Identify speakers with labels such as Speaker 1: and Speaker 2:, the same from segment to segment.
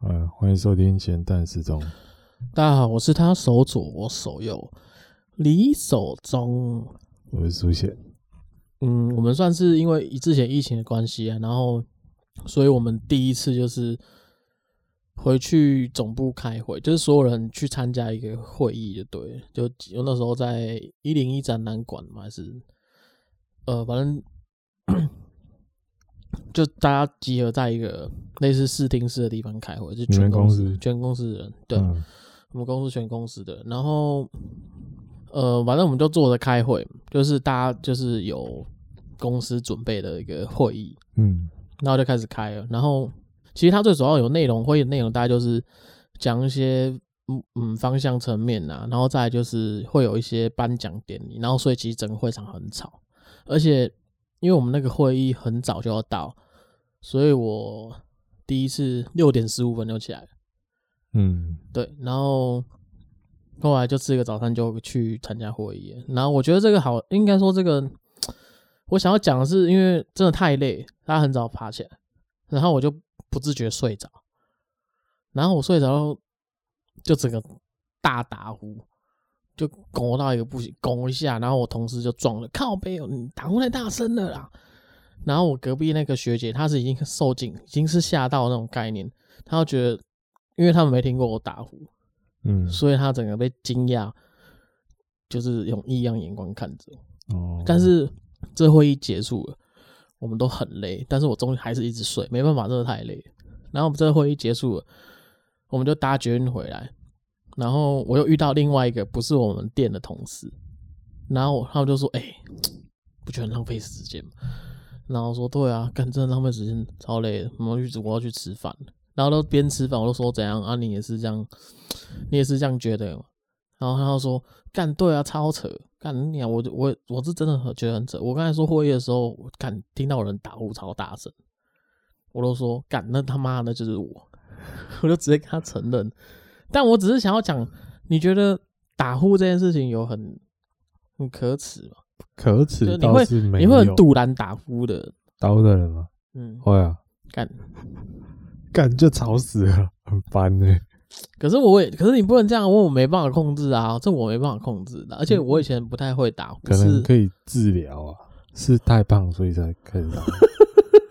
Speaker 1: 呃，欢迎收听咸蛋时钟。
Speaker 2: 大家好，我是他手左，我手右，李手中。
Speaker 1: 我是苏贤。
Speaker 2: 嗯，我们算是因为之前疫情的关系啊，然后，所以我们第一次就是回去总部开会，就是所有人去参加一个会议，就对了，就就那时候在一零一展览馆嘛，还是呃，反正 就大家集合在一个类似视听室的地方开会，就
Speaker 1: 你
Speaker 2: 全
Speaker 1: 们
Speaker 2: 公
Speaker 1: 公
Speaker 2: 司
Speaker 1: 司
Speaker 2: 全公司的人，对，
Speaker 1: 嗯
Speaker 2: 我们公司全公司的，然后呃，反正我们就坐着开会，就是大家就是有公司准备的一个会议，
Speaker 1: 嗯
Speaker 2: 然后就开始开了。然后其实它最主要有内容，会议的内容大概就是讲一些嗯嗯方向层面呐、然后再来就是会有一些颁奖典礼，然后所以其实整个会场很吵，而且因为我们那个会议很早就要到，所以我第一次六点十五分就起来了。
Speaker 1: 嗯，
Speaker 2: 对，然后后来就吃个早餐就去参加会议了。然后我觉得这个好，应该说这个我想要讲的是，因为真的太累，大家很早爬起来，然后我就不自觉睡着，然后我睡着后就整个大打呼，就拱到一个不行，拱一下，然后我同事就撞了，靠背哦，你打呼太大声了啦。然后我隔壁那个学姐，她是已经受惊，已经是吓到那种概念，她就觉得，因为他们没听过我打呼，
Speaker 1: 嗯，
Speaker 2: 所以她整个被惊讶，就是用异样眼光看着我。
Speaker 1: 哦，
Speaker 2: 但是这会议结束了，我们都很累，但是我终于还是一直睡，没办法，真的太累了。然后我们这个会议结束了，我们就搭捷运回来，然后我又遇到另外一个不是我们店的同事，然后他们就说：“哎、不觉得很浪费时间吗？”然后我说：“对啊，干真的浪费时间，超累的，我要去我要去吃饭了。”然后都边吃饭，我就说：“怎样啊？你也是这样，你也是这样觉得吗？”然后他就说：“干对啊，超扯！干你啊，我我我是真的很觉得很扯。我刚才说会议的时候，我干听到有人打呼超大声，我都说干那他妈的就是我， 我就直接跟他承认。但我只是想要讲，你觉得打呼这件事情有很很可耻吗？
Speaker 1: 可
Speaker 2: 就
Speaker 1: 耻
Speaker 2: 你
Speaker 1: 倒
Speaker 2: 会
Speaker 1: 是没
Speaker 2: 你
Speaker 1: 有。
Speaker 2: 会很堵拦打呼的，
Speaker 1: 刀的人吗？
Speaker 2: 嗯，
Speaker 1: 会啊，
Speaker 2: 干。
Speaker 1: 干就吵死了，很烦欸呢。
Speaker 2: 可是我也，可是你不能这样问，我没办法控制啊，这我没办法控制的。而且我以前不太会打呼，
Speaker 1: 嗯可
Speaker 2: 是
Speaker 1: 能可以治疗啊，是太胖所以才开始打。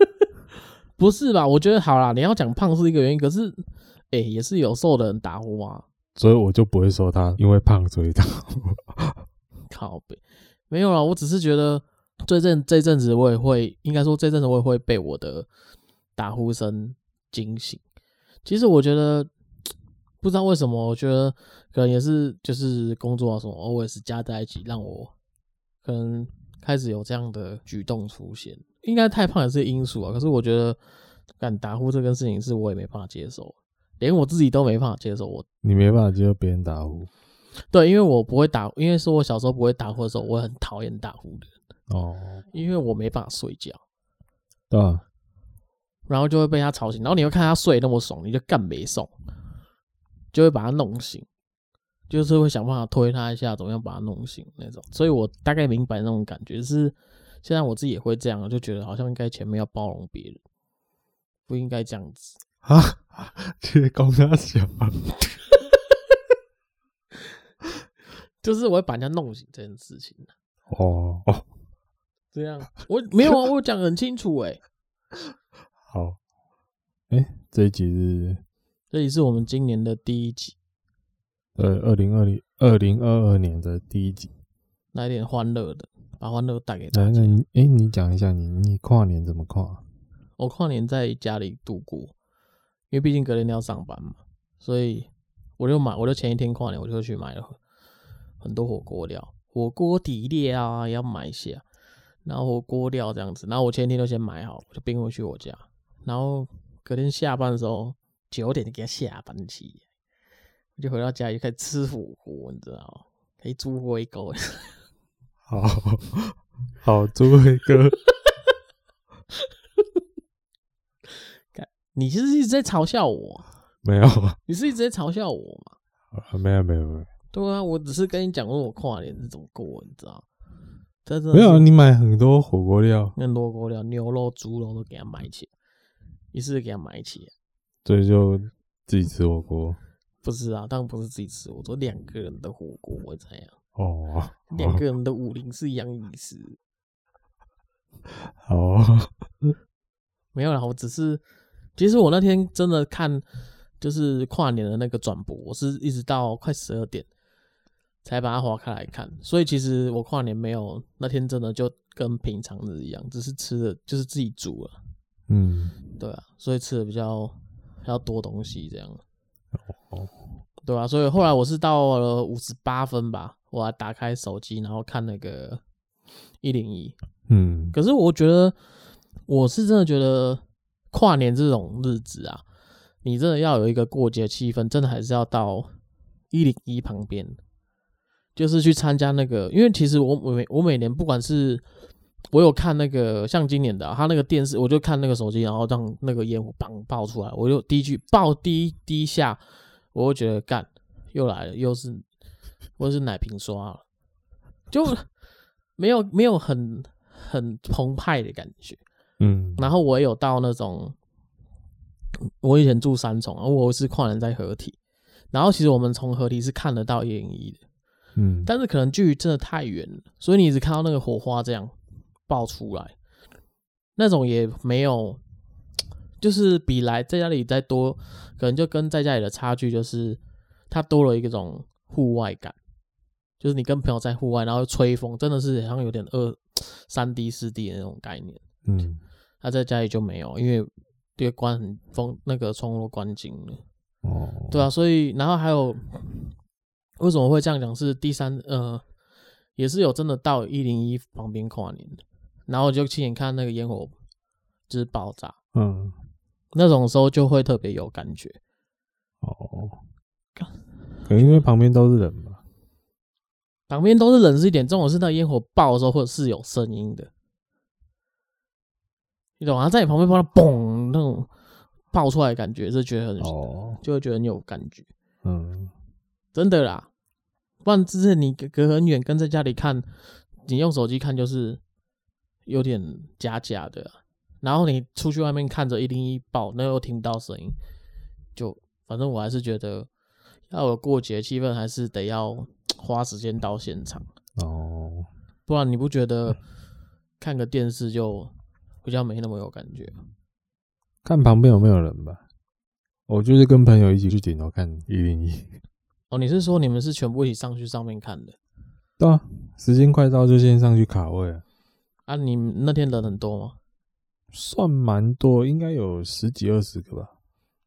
Speaker 2: 不是吧？我觉得好啦，你要讲胖是一个原因，可是，哎、也是有瘦的人打呼啊，
Speaker 1: 所以我就不会说他因为胖所以打。
Speaker 2: 靠背，没有啦，我只是觉得最阵这阵子我也会，应该说这阵子我也会被我的打呼声惊醒。其实我觉得不知道为什么，我觉得可能也是就是工作啊什么 always 加在一起，让我可能开始有这样的举动出现。应该太胖也是因素啊，可是我觉得敢打呼这件事情是我也没办法接受，连我自己都没办法接受。我
Speaker 1: 你没办法接受别人打呼
Speaker 2: 对，因为我不会打，因为是我小时候不会打呼的时候，我很讨厌打呼的，
Speaker 1: 哦，
Speaker 2: 因为我没办法睡觉，
Speaker 1: 对啊吧？
Speaker 2: 然后就会被他吵醒，然后你会看他睡那么爽，你就干没送，就会把他弄醒，就是会想办法推他一下，怎么样把他弄醒那种。所以我大概明白那种感觉是，现在我自己也会这样，就觉得好像应该前面要包容别人，不应该这样子。
Speaker 1: 啊，这公他小，
Speaker 2: 就是我会把人家弄醒这件事情，啊
Speaker 1: 哦哦，
Speaker 2: 这样 我没有啊，我讲得很清楚欸诶、
Speaker 1: 好。哎，这一集是
Speaker 2: 这也是我们今年的第一集，
Speaker 1: 呃，二零二零二零二二年的第一集。
Speaker 2: 来点欢乐的，把欢乐带给大
Speaker 1: 来，
Speaker 2: 家。
Speaker 1: 那你哎，你讲一下你你跨年怎么跨？
Speaker 2: 我跨年在家里度过，因为毕竟隔天要上班嘛，所以我就买，我就前一天跨年我就去买了很多火锅料，火锅底料啊也要买一下，然后火锅料这样子，然后我前一天就先买好，我就冰回去我家，然后隔天下班的时候九点就给他下班起，我就回到家里就开始吃火锅，你知道吗？可以煮火锅，
Speaker 1: 好 好，诸位 哥，
Speaker 2: 你是不是一直在嘲笑我，
Speaker 1: 没有啊，
Speaker 2: 你是一直在嘲笑我嘛？
Speaker 1: 没有没有没有
Speaker 2: 对啊，我只是跟你讲过我跨年是怎么过，你知道？真的
Speaker 1: 没有啊，你买很多火锅料，
Speaker 2: 那多锅料，牛肉、猪肉都给他买起来，一次给他买起来。
Speaker 1: 所以就自己吃火锅
Speaker 2: 不是啊，当然不是自己吃，我说两个人的火锅会怎样？
Speaker 1: 哦，
Speaker 2: 两个人的五零是洋饮食，
Speaker 1: 好哦，
Speaker 2: 没有啦，我只是，其实我那天真的看就是跨年的那个转播，我是一直到快十二点才把它划开来看，所以其实我跨年没有那天真的就跟平常日一样，只是吃的就是自己煮了，
Speaker 1: 嗯，
Speaker 2: 对啊，所以吃的比较比较多东西这样，对啊，所以后来我是到了五十八分吧，我还打开手机然后看那个一零一，
Speaker 1: 嗯，
Speaker 2: 可是我觉得，我是真的觉得跨年这种日子啊，你真的要有一个过节气氛，真的还是要到一零一旁边，就是去参加那个，因为其实我我每我每年不管是我有看那个像今年的啊、他那个电视，我就看那个手机，然后让那个烟火砰爆出来，我就第一句爆第一第一下，我就觉得干又来了，又是又是奶瓶刷了，就没有没有很很澎湃的感觉。
Speaker 1: 嗯，
Speaker 2: 然后我也有到那种，我以前住三重，啊我是跨年在合体，然后其实我们从合体是看得到一零一的，
Speaker 1: 嗯，
Speaker 2: 但是可能距离真的太远了，所以你只看到那个火花这样爆出来，那种也没有，就是比来在家里再多，可能就跟在家里的差距就是，它多了一种户外感，就是你跟朋友在户外，然后吹风，真的是好像有点二三 D 四 D 的那种概念。
Speaker 1: 嗯，
Speaker 2: 他、在家里就没有，因为这个关很封，那个窗户都关紧了。
Speaker 1: 哦，
Speaker 2: 对啊，所以然后还有为什么会这样讲？是第三呃，也是有真的到一零一旁边跨年的，然后就亲眼看那个烟火就是爆炸，
Speaker 1: 嗯，
Speaker 2: 那种时候就会特别有感觉。
Speaker 1: 哦，可能因为旁边都是人吧，
Speaker 2: 旁边都是冷是一点，重点是那个烟火爆的时候，或者是有声音的，你懂啊？在你旁边放到嘣那种爆出来的感觉，就觉得很、
Speaker 1: 哦，
Speaker 2: 就会觉得很有感觉。
Speaker 1: 嗯，
Speaker 2: 真的啦，不然之前你隔隔很远跟在家里看，你用手机看就是有点假假的啊、然后你出去外面看着一零一爆，那又听不到声音，就反正我还是觉得要有过节气氛，还是得要花时间到现场，
Speaker 1: 哦，
Speaker 2: 不然你不觉得看个电视就比较没那么有感觉？
Speaker 1: 看旁边有没有人吧。我就是跟朋友一起去顶楼看一零一，
Speaker 2: 哦，你是说你们是全部一起上去上面看的
Speaker 1: 对啊，时间快到就先上去卡位啊，
Speaker 2: 啊？你们那天人很多吗？
Speaker 1: 算蛮多，应该有十几二十个吧。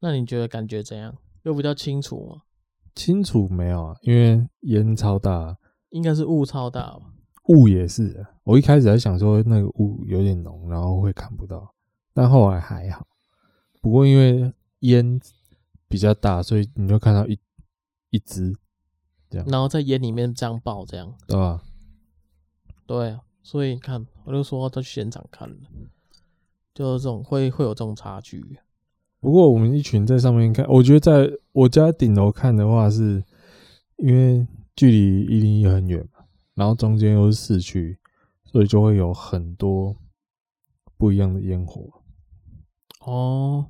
Speaker 2: 那你觉得感觉怎样？又比较清楚吗？
Speaker 1: 清楚没有啊？因为烟超大，
Speaker 2: 应该是雾超大吧？
Speaker 1: 雾也是啊。我一开始还想说那个雾有点浓，然后会看不到，但后来还好。不过因为烟比较大，所以你就看到一一只，
Speaker 2: 然后在烟里面这样爆，这样
Speaker 1: 对吧？
Speaker 2: 对啊，所以你看，我就说他去现场看的，就是这种会会有这种差距。
Speaker 1: 不过我们一群在上面看，我觉得在我家顶楼看的话是，因为距离一零一很远嘛，然后中间又是市区，所以就会有很多不一样的烟火。
Speaker 2: 哦，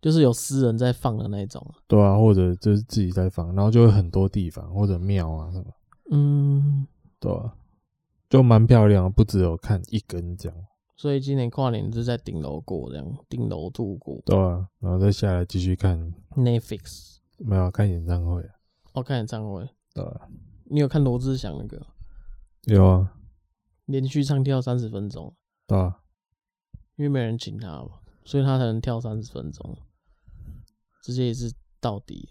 Speaker 2: 就是有私人在放的那种啊。
Speaker 1: 对啊，或者就是自己在放，然后就会很多地方或者庙啊什么，
Speaker 2: 嗯，
Speaker 1: 对啊，就蛮漂亮的，不只有看一根这样，
Speaker 2: 所以今年跨年就是在顶楼过，这样顶楼度过
Speaker 1: 对啊，然后再下来继续看，
Speaker 2: Netflix。
Speaker 1: 没有啊看演唱会啊，
Speaker 2: 哦，看演唱会，
Speaker 1: 对啊，
Speaker 2: 你有看罗志祥那个
Speaker 1: 有啊，
Speaker 2: 连续唱跳三十分钟，
Speaker 1: 对啊，
Speaker 2: 因为没人请他嘛，所以他才能跳三十分钟，直接也是到底。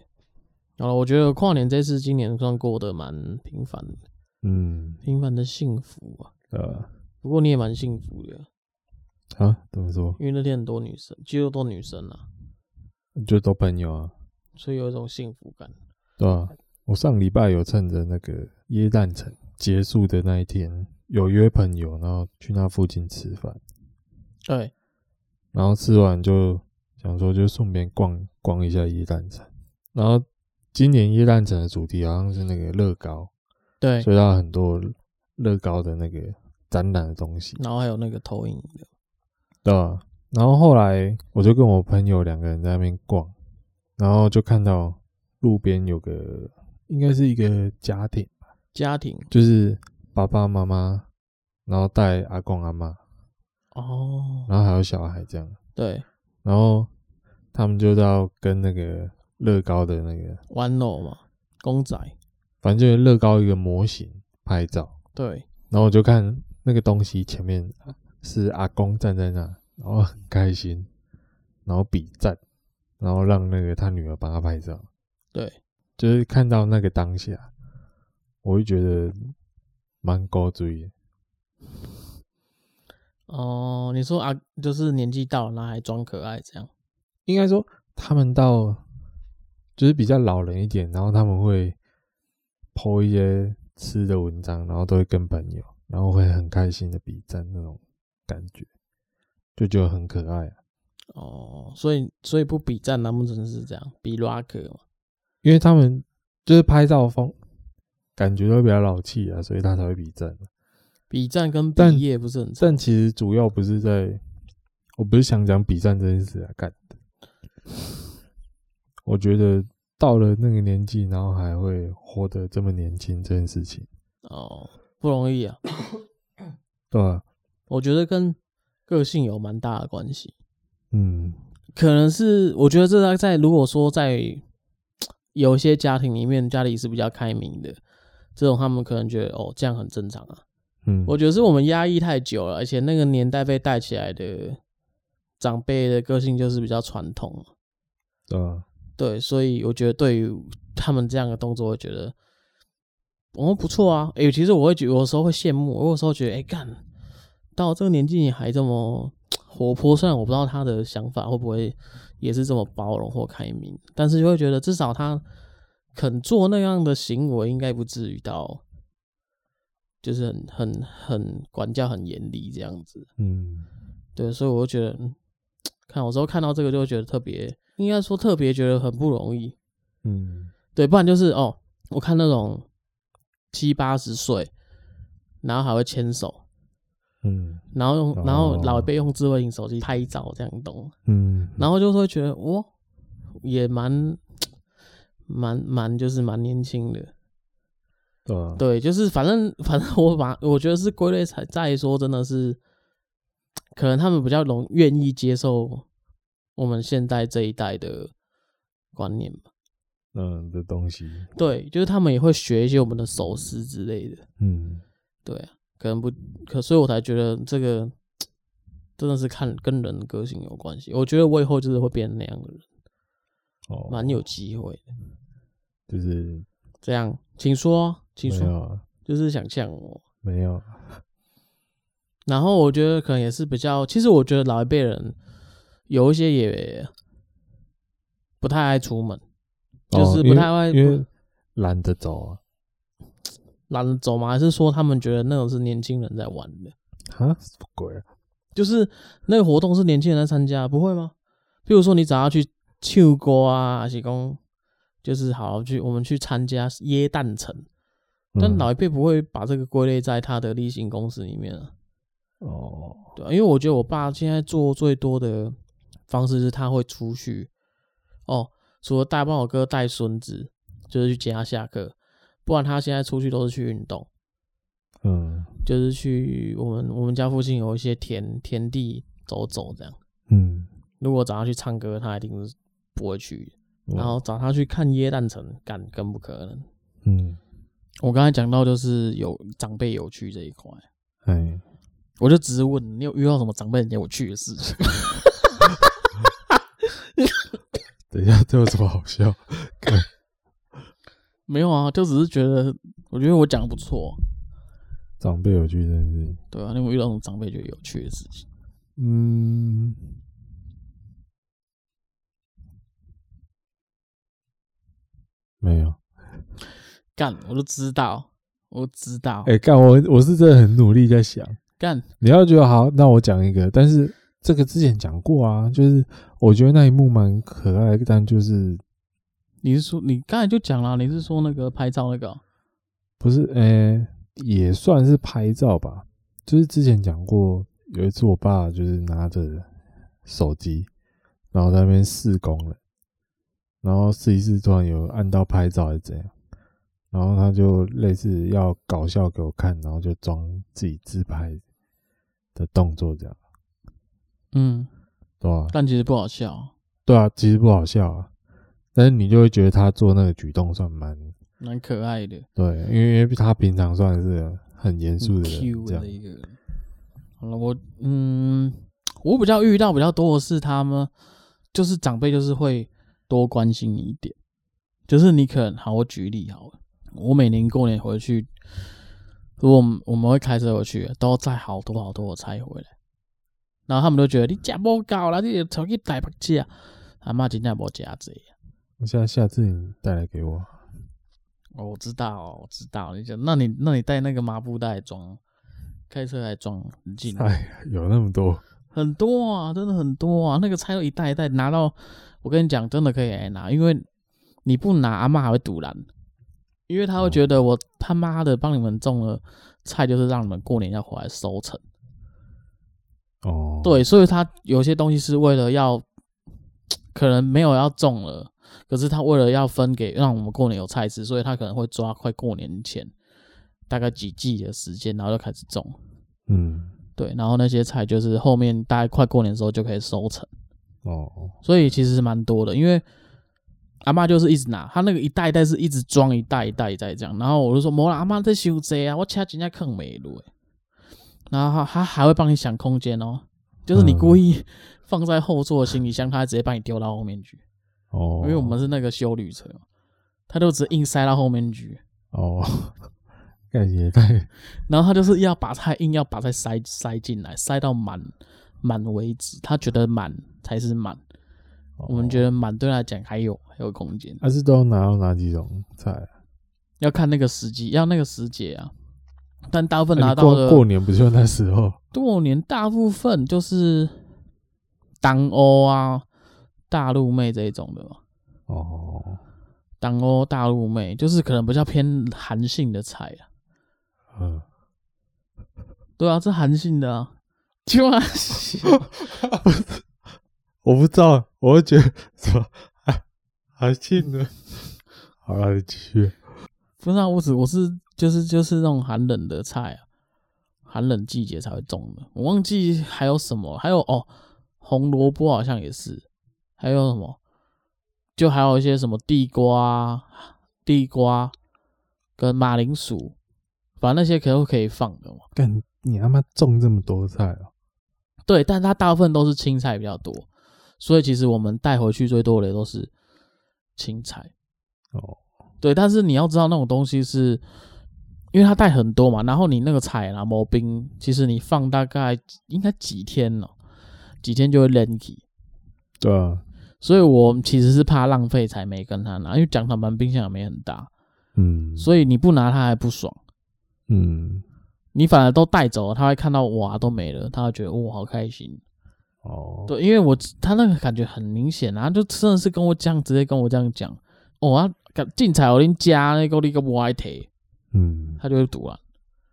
Speaker 2: 好了，我觉得跨年这次今年算过得蛮平凡的，
Speaker 1: 嗯，
Speaker 2: 平凡的幸福啊。
Speaker 1: 对啊，
Speaker 2: 不过你也蛮幸福的，
Speaker 1: 啊，怎么说？
Speaker 2: 因为那天很多女生，几乎都女生啊，
Speaker 1: 就都朋友啊，
Speaker 2: 所以有一种幸福感。
Speaker 1: 对啊，我上礼拜有趁着那个耶诞城结束的那一天，有约朋友，然后去那附近吃饭，
Speaker 2: 对，
Speaker 1: 然后吃完就想说就顺便逛逛一下耶诞城，然后今年耶诞城的主题好像是那个乐高，
Speaker 2: 对，
Speaker 1: 所以它有很多乐高的那个展览的东西，啊
Speaker 2: 然后还有那个投影的，
Speaker 1: 对吧、然后后来我就跟我朋友两个人在那边逛，然后就看到路边有个应该是一个家庭，
Speaker 2: 家庭
Speaker 1: 就是爸爸妈妈，然后带阿公阿妈，
Speaker 2: 哦，
Speaker 1: 然后还有小孩这样，
Speaker 2: 对，
Speaker 1: 然后他们就到跟那个乐高的那个，
Speaker 2: 玩偶嘛，公仔，
Speaker 1: 反正就是乐高一个模型拍照，
Speaker 2: 对，
Speaker 1: 然后我就看那个东西前面是阿公站在那，然后很开心，然后比赞，然后让那个他女儿帮他拍照。
Speaker 2: 对，
Speaker 1: 就是看到那个当下，我就觉得蛮高追的。
Speaker 2: 哦，你说啊，就是年纪到了，然后还装可爱这样，
Speaker 1: 应该说他们到就是比较老人一点，然后他们会 po 一些吃的文章，然后都会跟朋友，然后会很开心的比赞那种感觉，就觉得很可爱、啊。
Speaker 2: 哦，所以所以不比战难不成是这样，比 rock 嘛，
Speaker 1: 因为他们就是拍照风，感觉都比较老气啊，所以他才会比赞。
Speaker 2: 比战跟
Speaker 1: 但
Speaker 2: 毕业不是很正，
Speaker 1: 但其实主要不是在，我不是想讲比赞这件事啊，干的。我觉得到了那个年纪，然后还会活得这么年轻这件事情，
Speaker 2: 哦，不容易啊，
Speaker 1: 对吧、
Speaker 2: 我觉得跟个性有蛮大的关系，
Speaker 1: 嗯，
Speaker 2: 可能是我觉得这在在如果说在有一些家庭里面，家里是比较开明的，这种他们可能觉得哦这样很正常啊。
Speaker 1: 嗯，
Speaker 2: 我觉得是我们压抑太久了，而且那个年代被带起来的长辈的个性就是比较传统，啊
Speaker 1: 对吧、
Speaker 2: 对，所以我觉得对于他们这样的动作，我觉得哦不错啊。诶、其实我会觉有时候会羡慕，我有时候觉得诶干、到这个年纪你还这么活泼，虽然我不知道他的想法会不会也是这么包容或开明，但是就会觉得至少他肯做那样的行为，应该不至于到就是很很很管教很严厉这样子。
Speaker 1: 嗯，
Speaker 2: 对，所以我就觉得，嗯看有时候看到这个就会觉得特别，应该说特别觉得很不容易。
Speaker 1: 嗯，
Speaker 2: 对，不然就是哦，我看那种七八十岁，然后还会牵手，
Speaker 1: 嗯，
Speaker 2: 然后用然后
Speaker 1: 哦
Speaker 2: 老一辈用智慧型手机拍照这样你懂吗，
Speaker 1: 嗯，
Speaker 2: 然后就会觉得哇，也蛮蛮蛮就是蛮年轻的。
Speaker 1: 对吧、
Speaker 2: 对，就是反正反正我把我觉得是归类在在说，真的是可能他们比较容愿意接受我们现代这一代的观念吧。
Speaker 1: 嗯的东西，
Speaker 2: 对，就是他们也会学一些我们的手势之类的。
Speaker 1: 嗯，
Speaker 2: 对啊，可能不可，所以我才觉得这个真的是看跟人的个性有关系。我觉得我以后就是会变成那样的人，
Speaker 1: 哦，
Speaker 2: 蛮有机会的。
Speaker 1: 就是
Speaker 2: 这样，请说，请
Speaker 1: 没
Speaker 2: 说，
Speaker 1: 有啊，
Speaker 2: 就是想象我。
Speaker 1: 没有啊，
Speaker 2: 然后我觉得可能也是比较，其实我觉得老一辈人有一些也不太爱出门，就是
Speaker 1: 哦
Speaker 2: 不太会
Speaker 1: 因为因为懒得走啊，
Speaker 2: 懒得走嘛，还是说他们觉得那种是年轻人在玩的，
Speaker 1: 啊，什么鬼啊？
Speaker 2: 就是那个活动是年轻人在参加，不会吗？比如说你找他去唱歌啊，还是讲就是好去我们去参加耶诞城，但
Speaker 1: 嗯
Speaker 2: 老一辈不会把这个归类在他的例行公司里面啊。
Speaker 1: 哦，
Speaker 2: 对啊、因为我觉得我爸现在做最多的方式是他会出去，哦，除了带帮我哥带孙子，就是去接他下课，不然他现在出去都是去运动，
Speaker 1: 嗯
Speaker 2: 就是去我们我们家附近有一些田田地走走这样。
Speaker 1: 嗯，
Speaker 2: 如果找他去唱歌，他一定是不会去；
Speaker 1: 我
Speaker 2: 然后找他去看耶诞城，干更不可能。
Speaker 1: 嗯，
Speaker 2: 我刚才讲到就是有长辈有趣这一块，
Speaker 1: 哎，
Speaker 2: 我就只是问你有遇到什么长辈很有趣的事情？
Speaker 1: 等一下，这有什么好笑？
Speaker 2: 没有啊，就只是觉得，我觉得我讲的不错，
Speaker 1: 长辈有趣真是，
Speaker 2: 对啊，因为我遇到那种长辈觉得有趣的事情，
Speaker 1: 嗯，没有。
Speaker 2: 干我就知道，我知道，
Speaker 1: 哎、干我我是真的很努力在想，
Speaker 2: 干
Speaker 1: 你要觉得好，那我讲一个，但是这个之前讲过啊，就是我觉得那一幕蛮可爱，但就是
Speaker 2: 你是说你刚才就讲了，你是说那个拍照那个哦
Speaker 1: 不是，呃、也算是拍照吧。就是之前讲过，有一次我爸就是拿着手机，然后在那边试工人，然后试一试，突然有按到拍照还是怎样，然后他就类似要搞笑给我看，然后就装自己自拍的动作这样，
Speaker 2: 嗯，
Speaker 1: 对吧、
Speaker 2: 但其实不好笑，
Speaker 1: 对啊，其实不好笑啊，但是你就会觉得他做那个举动算蛮
Speaker 2: 蛮可爱的，
Speaker 1: 对，因为因为他平常算是很严肃
Speaker 2: 很
Speaker 1: 的人
Speaker 2: Q
Speaker 1: 这样
Speaker 2: 的，一个人。好了，我嗯，我比较遇到比较多的是他们，就是长辈就是会多关心你一点，就是你可能好，我举例好了，我每年过年回去，如果我们我们会开车回去，都载好多好多的菜回来，然后他们都觉得你假不搞啦，你头去台北吃啊，阿妈真正无食这
Speaker 1: 下下次你带来给我，
Speaker 2: 哦，我知道，我知道，你讲，那你那你带那个麻布袋装，开车来装很近，
Speaker 1: 哎，有那么多，
Speaker 2: 很多啊，真的很多啊，那个菜都一袋一袋拿到，我跟你讲，真的可以来拿，因为你不拿，阿妈还会堵拦，因为他会觉得我他妈的帮你们种了菜，就是让你们过年要回来收成，
Speaker 1: 哦，，
Speaker 2: 对，所以他有些东西是为了要，可能没有要种了，可是他为了要分给让我们过年有菜吃，所以他可能会抓快过年前大概几季的时间，然后就开始种。
Speaker 1: 嗯，
Speaker 2: 对，然后那些菜就是后面大概快过年的时候就可以收成，
Speaker 1: 哦，
Speaker 2: 所以其实是蛮多的。因为阿妈就是一直拿，她那个一袋一袋是一直装一袋一袋一袋这样，然后我就说没啦，阿妈在修这啊，我掐人家坑没路欸然后她她还会帮你想空间哦，就是你
Speaker 1: 嗯
Speaker 2: 故意放在后座的行李箱，她直接把你丢到后面去，
Speaker 1: 哦，
Speaker 2: 因为我们是那个修旅车，她就直接硬塞到后面去，
Speaker 1: 哦，感觉太
Speaker 2: 然后她就是要把菜硬要把菜塞塞进来，塞到满满为止，她觉得满才是满，我们觉得满对她来讲还有还有空间。
Speaker 1: 哦还是都拿到哪几种菜啊？
Speaker 2: 要看那个时机，要那个时节啊。但大部分
Speaker 1: 啊
Speaker 2: 拿
Speaker 1: 你
Speaker 2: 到
Speaker 1: 过
Speaker 2: 的
Speaker 1: 过年不就那时候？
Speaker 2: 过年，大部分就是当欧啊、大陆妹这一种的嘛。
Speaker 1: 哦，
Speaker 2: 当欧、大陆妹就是可能比较偏韩性的菜啊。
Speaker 1: 嗯，
Speaker 2: 对啊，这韩性的啊， 就啊，
Speaker 1: 我不知道，我会觉得什么还还信呢？好了，你继续。
Speaker 2: 不是啊，我只我是就是就是那种寒冷的菜啊，寒冷季节才会种的。我忘记还有什么，还有哦，红萝卜好像也是，还有什么，就还有一些什么地瓜、地瓜跟马铃薯，反正那些可都可以放的嘛。
Speaker 1: 干你他妈种这么多菜哦！
Speaker 2: 对，但它大部分都是青菜比较多，所以其实我们带回去最多的也都是青菜。
Speaker 1: 哦，
Speaker 2: 对，但是你要知道那种东西是，因为它带很多嘛，然后你那个采啦、毛冰，其实你放大概应该几天哦，几天就会扔起。
Speaker 1: 对啊，
Speaker 2: 所以我其实是怕浪费才没跟他拿，因为讲坦白，冰箱也没很大，
Speaker 1: 嗯，
Speaker 2: 所以你不拿他还不爽，
Speaker 1: 嗯，
Speaker 2: 你反而都带走了，他会看到哇都没了，他会觉得哇好开心。
Speaker 1: 哦，
Speaker 2: 对，因为我他那个感觉很明显啊，就真的是跟我这样直接跟我这样讲，哦啊，进彩我连加那个那个歪腿，
Speaker 1: 嗯，
Speaker 2: 他就会堵了。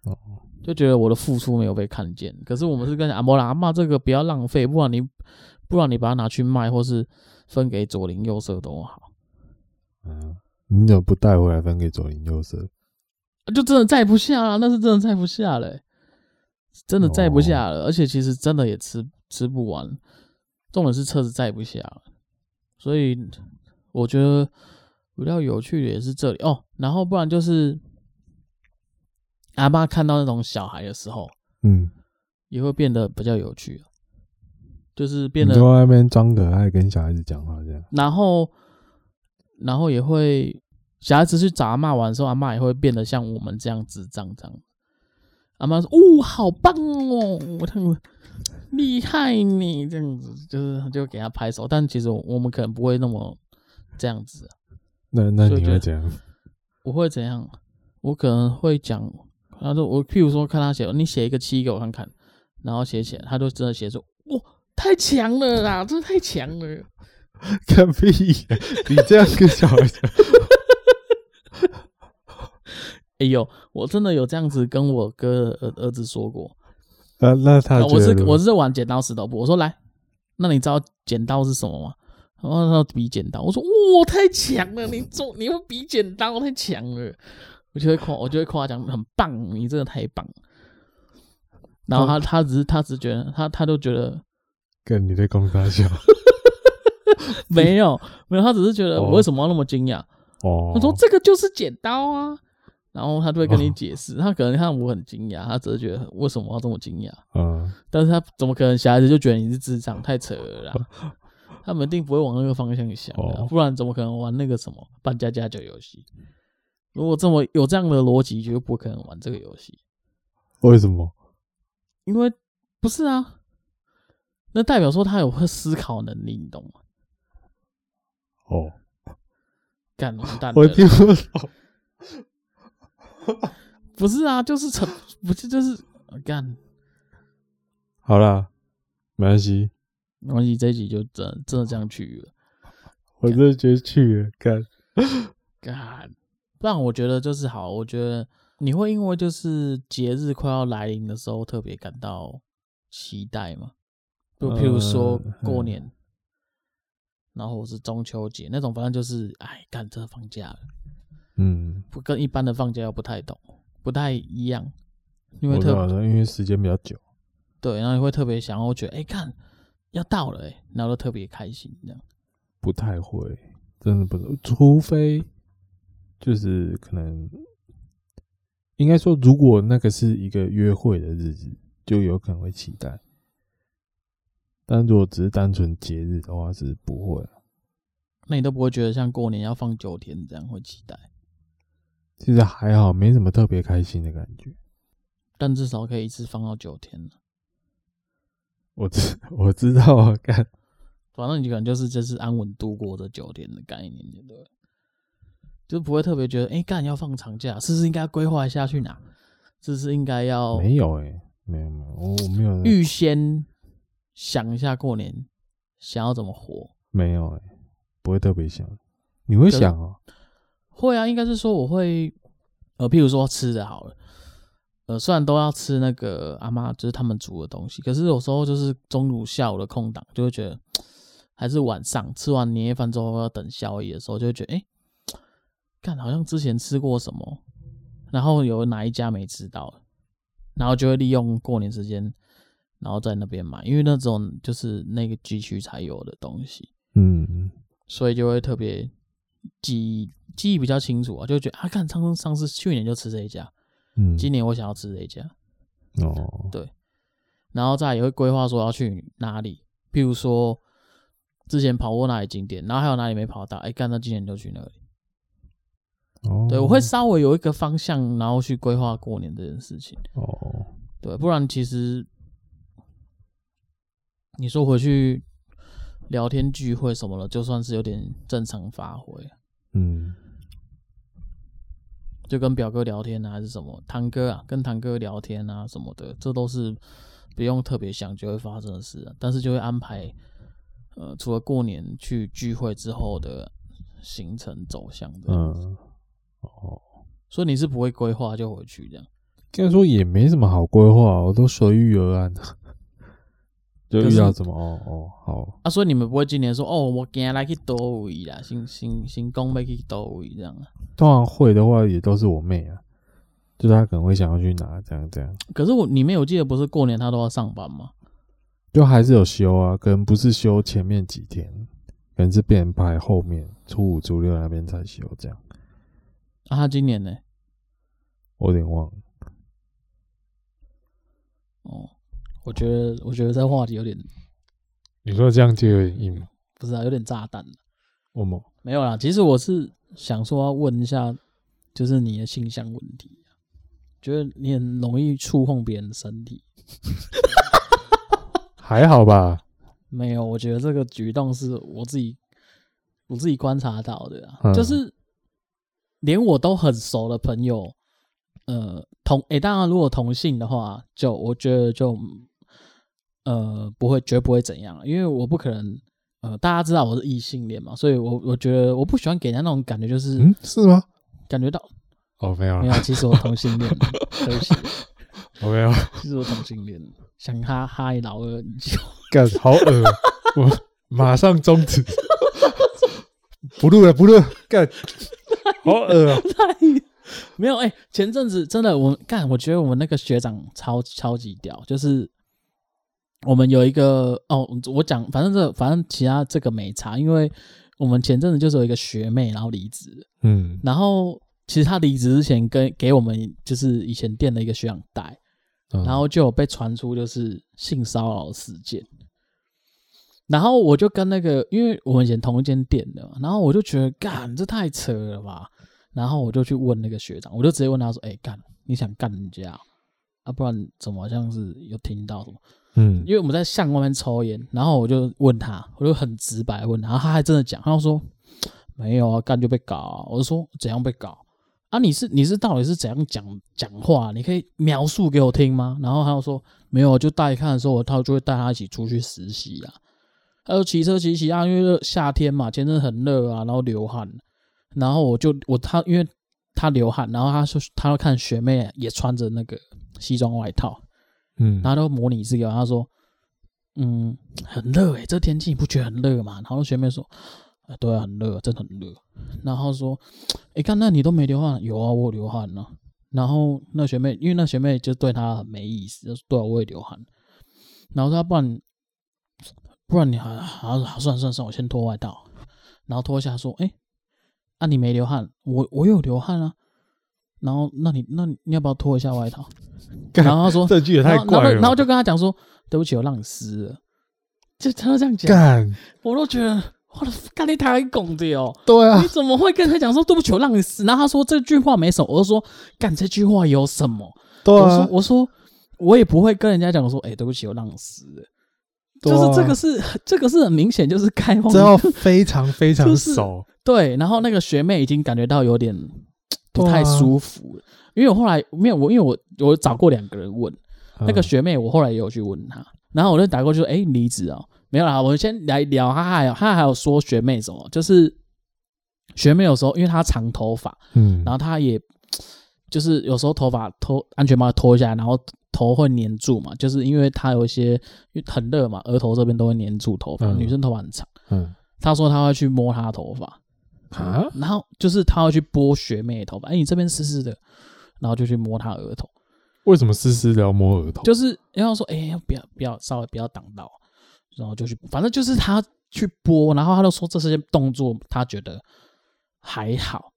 Speaker 1: 哦，
Speaker 2: 就觉得我的付出没有被看见。可是我们是跟阿莫拉阿妈这个不要浪费，不然你不然你把它拿去卖，或是分给左邻右舍都好。
Speaker 1: 嗯，你怎么不带回来分给左邻右舍？
Speaker 2: 就真的载不下了，那是真的载不下了欸、真的载不下了。而且其实真的也吃吃不完，重点是车子载不下了。所以我觉得比较有趣的也是这里哦，然后不然就是阿妈看到那种小孩的时候，
Speaker 1: 嗯，
Speaker 2: 也会变得比较有趣，啊就是变
Speaker 1: 你
Speaker 2: 得
Speaker 1: 就在那边装可爱跟小孩子讲话这样。
Speaker 2: 然后，然后也会小孩子去找阿啊妈玩的时候，阿妈也会变得像我们这样智障这样。阿妈说：“哦，好棒哦，我这样子厉害你这样子，就是就给他拍手。但其实我我们可能不会那么这样子，
Speaker 1: 那那
Speaker 2: 所以
Speaker 1: 你
Speaker 2: 就
Speaker 1: 会怎样？
Speaker 2: 我会怎样？我可能会讲，他说我譬如说看他写，你写一个七给我看看，然后写起来，他就真的写说：哇，太强了啦，真的太强了。”
Speaker 1: 干屁！你这样跟小孩讲，
Speaker 2: 哎呦，我真的有这样子跟我哥的儿儿子说过，
Speaker 1: 那那他
Speaker 2: 啊我
Speaker 1: 觉
Speaker 2: 是
Speaker 1: 得
Speaker 2: 我是玩剪刀石头布，我说来，那你知道剪刀是什么吗？然后他要比剪刀，我说哇太强了，你做你用比剪刀太强了，我就会夸我就会夸奖很棒，你真的太棒。然
Speaker 1: 哦
Speaker 2: 后他他只是他只是觉得他他就觉得
Speaker 1: 跟你在公大笑
Speaker 2: 没有没有，他只是觉得
Speaker 1: 哦
Speaker 2: 我为什么要那么惊讶？
Speaker 1: 哦。哦
Speaker 2: 他说这个就是剪刀啊，然后他就会跟你解释，他可能看我很惊讶，他只是觉得为什么要这么惊讶？
Speaker 1: 嗯，
Speaker 2: 但是他怎么可能小孩子就觉得你是智障？太扯了 啦！他们一定不会往那个方向想的啊、
Speaker 1: 哦
Speaker 2: 不然怎么可能玩那个什么扮家家酒游戏？如果这么有这样的逻辑，就不可能玩这个游戏，
Speaker 1: 为什么？
Speaker 2: 因为不是啊，那代表说他有会思考能力，你懂吗？
Speaker 1: 哦，
Speaker 2: 干完蛋
Speaker 1: 我
Speaker 2: 了，
Speaker 1: 听不懂。
Speaker 2: 不是啊，就是成，不是就是呃干，
Speaker 1: 好啦，没关系，
Speaker 2: 没关系，这一集就真的真的这样去了。
Speaker 1: 我真的觉得去了干。
Speaker 2: 干，不然我觉得就是好，我觉得你会因为就是节日快要来临的时候特别感到期待吗？就譬如说
Speaker 1: 呃
Speaker 2: 过年，然后或是中秋节那种，反正就是哎，干这放假了，
Speaker 1: 嗯，
Speaker 2: 不跟一般的放假又不太懂，不太一样，因为
Speaker 1: 我
Speaker 2: 特
Speaker 1: 懂了，因为时间比较久。
Speaker 2: 对，然后你会特别想要觉得哎，看要到了哎，然后就特别开心这样。
Speaker 1: 不太会，真的不是，除非就是可能，应该说，如果那个是一个约会的日子，就有可能会期待。但如果只是单纯节日的话，是不会啊。
Speaker 2: 那你都不会觉得像过年要放九天这样会期待，
Speaker 1: 其实还好，没什么特别开心的感觉。
Speaker 2: 但至少可以一次放到九天了。
Speaker 1: 我知我知道啊，干
Speaker 2: 反正你可能就是就是安稳度过这九天的概念，对不对？就不会特别觉得，哎、干要放长假，是不是应该规划一下去哪？是不是应该要
Speaker 1: 没有哎、没有没有，我我没有
Speaker 2: 预先想一下过年想要怎么活？
Speaker 1: 没有哎、不会特别想。你会
Speaker 2: 可是
Speaker 1: 想哦、
Speaker 2: 会啊，应该是说我会，呃，譬如说吃的好了，呃，虽然都要吃那个阿妈就是他们煮的东西，可是有时候就是中午下午的空档，就会觉得还是晚上吃完年夜饭之后要等宵夜的时候，就会觉得哎，诶干好像之前吃过什么，然后有哪一家没吃到，然后就会利用过年时间，然后在那边买，因为那种就是那个地区才有的东西。
Speaker 1: 嗯，
Speaker 2: 所以就会特别记忆记忆比较清楚啊，就会觉得啊，看上上次去年就吃这一家，
Speaker 1: 嗯
Speaker 2: 今年我想要吃这一家，
Speaker 1: 哦，
Speaker 2: 然后再来也会规划说要去哪里，譬如说之前跑过哪里景点，然后还有哪里没跑到，哎、干到今年就去那里。
Speaker 1: 哦
Speaker 2: 对我会稍微有一个方向，然后去规划过年这件事情。
Speaker 1: 哦，
Speaker 2: 对，不然其实你说回去聊天聚会什么的，就算是有点正常发挥。
Speaker 1: 嗯
Speaker 2: 就跟表哥聊天啊，还是什么堂哥啊，跟堂哥聊天啊什么的，这都是不用特别想就会发生的事、啊。但是就会安排，呃，除了过年去聚会之后的行程走向的。
Speaker 1: 嗯，哦。
Speaker 2: 所以你是不会规划就回去这样，
Speaker 1: 应该说也没什么好规划，我都随遇而 安，就遇到什么哦哦好，
Speaker 2: 啊？所以你们不会今年说哦，我今天来去多位啦，新新新工要去多位这样啊。
Speaker 1: 通常会的话也都是我妹啊，就她可能会想要去哪这样这样，
Speaker 2: 可是我里面有记得不是过年他都要上班吗？
Speaker 1: 就还是有休啊，可能不是休前面几天，可能是变成排后面初五初六那边才休这样，
Speaker 2: 啊，他今年呢？
Speaker 1: 我有点忘了，
Speaker 2: 哦，我觉得我觉得这话题有点
Speaker 1: 你说这样就有点硬吗？
Speaker 2: 不是啊，有点炸弹。
Speaker 1: 我们
Speaker 2: 没有啦，其实我是想说要问一下，就是你的性向问题、啊觉得你很容易触碰别人的身体。
Speaker 1: 还好吧，
Speaker 2: 没有，我觉得这个举动是我自己我自己观察到的、啊，
Speaker 1: 嗯
Speaker 2: 就是连我都很熟的朋友，呃，同诶、当然如果同性的话，就我觉得就呃不会绝不会怎样啊，因为我不可能呃大家知道我是异性恋嘛，所以我我觉得我不喜欢给人家那种感觉，就是、
Speaker 1: 嗯，是吗？
Speaker 2: 感觉到
Speaker 1: 哦，没有
Speaker 2: 没
Speaker 1: 了，
Speaker 2: 有，其实我同性恋， 对不起，
Speaker 1: 我没有，
Speaker 2: 其实我同性恋，想哈哈老二，你就
Speaker 1: 哦干好恶，我马上终止，不录了，不录了，干，好恶啊！
Speaker 2: 没有哎、前阵子真的我干，我觉得我们那个学长超超级屌，就是我们有一个哦，我讲反正这反正其他这个没差，因为我们前阵子就是有一个学妹然后离职，
Speaker 1: 嗯
Speaker 2: 然后其实她离职之前跟给我们就是以前店的一个学长带，
Speaker 1: 嗯
Speaker 2: 然后就有被传出就是性骚扰事件。然后我就跟那个，因为我们以前同一间店的嘛，然后我就觉得干这太扯了吧，然后我就去问那个学长，我就直接问他说：“哎、干你想干人家啊啊？不然怎么好像是有听到什么？
Speaker 1: 嗯
Speaker 2: 因为我们在巷外面抽烟，然后我就问他，我就很直白问他，然后他还真的讲，他就说没有啊，干就被搞、啊。我就说怎样被搞啊？你是你是到底是怎样讲讲话？你可以描述给我听吗？然后他就说没有，就带看的时候，我他就会带他一起出去实习啊。他就骑车骑骑啊，因为夏天嘛，前阵很热啊，然后流汗，然后我就我他因为他流汗，然后他说他要看学妹也穿着那个西装外套，
Speaker 1: 嗯，
Speaker 2: 然后他都模拟这个，他说，嗯，很热诶、这天气你不觉得很热吗？然后学妹说，啊对啊，很热，真的很热。然后说，诶，看那你都没流汗，有啊，我有流汗呢、然后那学妹，因为那学妹就对她很没意思，就说对啊，我也流汗。然后说啊不然，不然你还好好算算算，我先脱外套，然后脱下说，诶，啊你没流汗，我我有流汗啊。然后，那你那你你要不要脱一下外套？
Speaker 1: 干
Speaker 2: 然后他说，
Speaker 1: 这句也太
Speaker 2: 然后然后
Speaker 1: 怪了吧，
Speaker 2: 然后就跟他讲说：“对不起，我让你湿了。”就他都这样讲，
Speaker 1: 干，
Speaker 2: 我都觉得我的干你太拱的哦！
Speaker 1: 对啊
Speaker 2: 你，怎么会跟他讲说对不起，我让你湿？然后他说这句话没什么，我就说干这句话有什么？
Speaker 1: 对
Speaker 2: 我说
Speaker 1: 啊，
Speaker 2: 我说我也不会跟人家讲说哎、对不起，我让你湿了。
Speaker 1: 对
Speaker 2: 就
Speaker 1: 啊
Speaker 2: 是这个是这个是很明显就是开放
Speaker 1: 这要非常非常
Speaker 2: 就是
Speaker 1: 熟，
Speaker 2: 对，然后那个学妹已经感觉到有点不
Speaker 1: 对啊
Speaker 2: 太舒服了，因为我后来没有我因为我我找过两个人问。那个
Speaker 1: 嗯
Speaker 2: 学妹，我后来也有去问她，然后我就打过去说：“哎、你离职哦？”没有啦，我们先来聊。她还有她还有说学妹什么，就是学妹有时候因为她长头发，
Speaker 1: 嗯，
Speaker 2: 然后她也就是有时候头发脱安全帽脱下来，然后头会粘住嘛，就是因为她有一些因为很热嘛，额头这边都会粘住头发，
Speaker 1: 嗯
Speaker 2: 女生头发很长。
Speaker 1: 嗯
Speaker 2: 她说她会去摸她的头发，
Speaker 1: 啊，
Speaker 2: 然后就是她会去拨学妹的头发，哎、你这边湿湿的，然后就去摸她额头。
Speaker 1: 为什么思思要摸额头？
Speaker 2: 就是然后说，哎、不要不要，稍微不要挡到，然后就去，反正就是他去播，然后他就说这些动作他觉得还好，